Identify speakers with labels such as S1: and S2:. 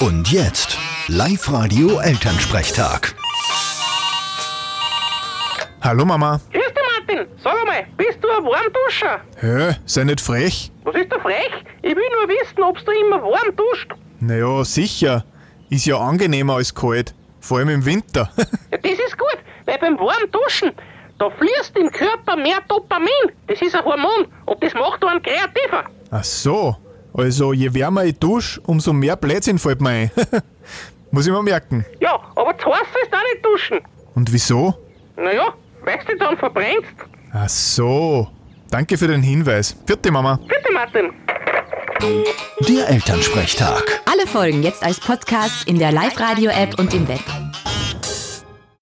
S1: Und jetzt, Live-Radio Elternsprechtag.
S2: Hallo Mama.
S3: Grüß dich, Martin. Sag einmal, bist du ein Warmduscher?
S2: Hä, sei nicht frech.
S3: Was ist da frech? Ich will nur wissen, ob du immer warm duscht.
S2: Naja, sicher. Ist ja angenehmer als kalt. Vor allem im Winter.
S3: Ja, das ist gut, weil beim warmen Duschen, da fließt im Körper mehr Dopamin. Das ist ein Hormon und das macht einen kreativer.
S2: Ach so. Also, je wärmer ich dusche, umso mehr Blödsinn fällt mir ein. Muss ich mir merken.
S3: Ja, aber zu heiß sollst du auch nicht duschen.
S2: Und wieso?
S3: Naja, weil du dich dann verbrennst.
S2: Ach so. Danke für den Hinweis. Vierte Mama.
S3: Bitte, Martin.
S1: Der Elternsprechtag.
S4: Alle Folgen jetzt als Podcast in der Live-Radio-App und im Web.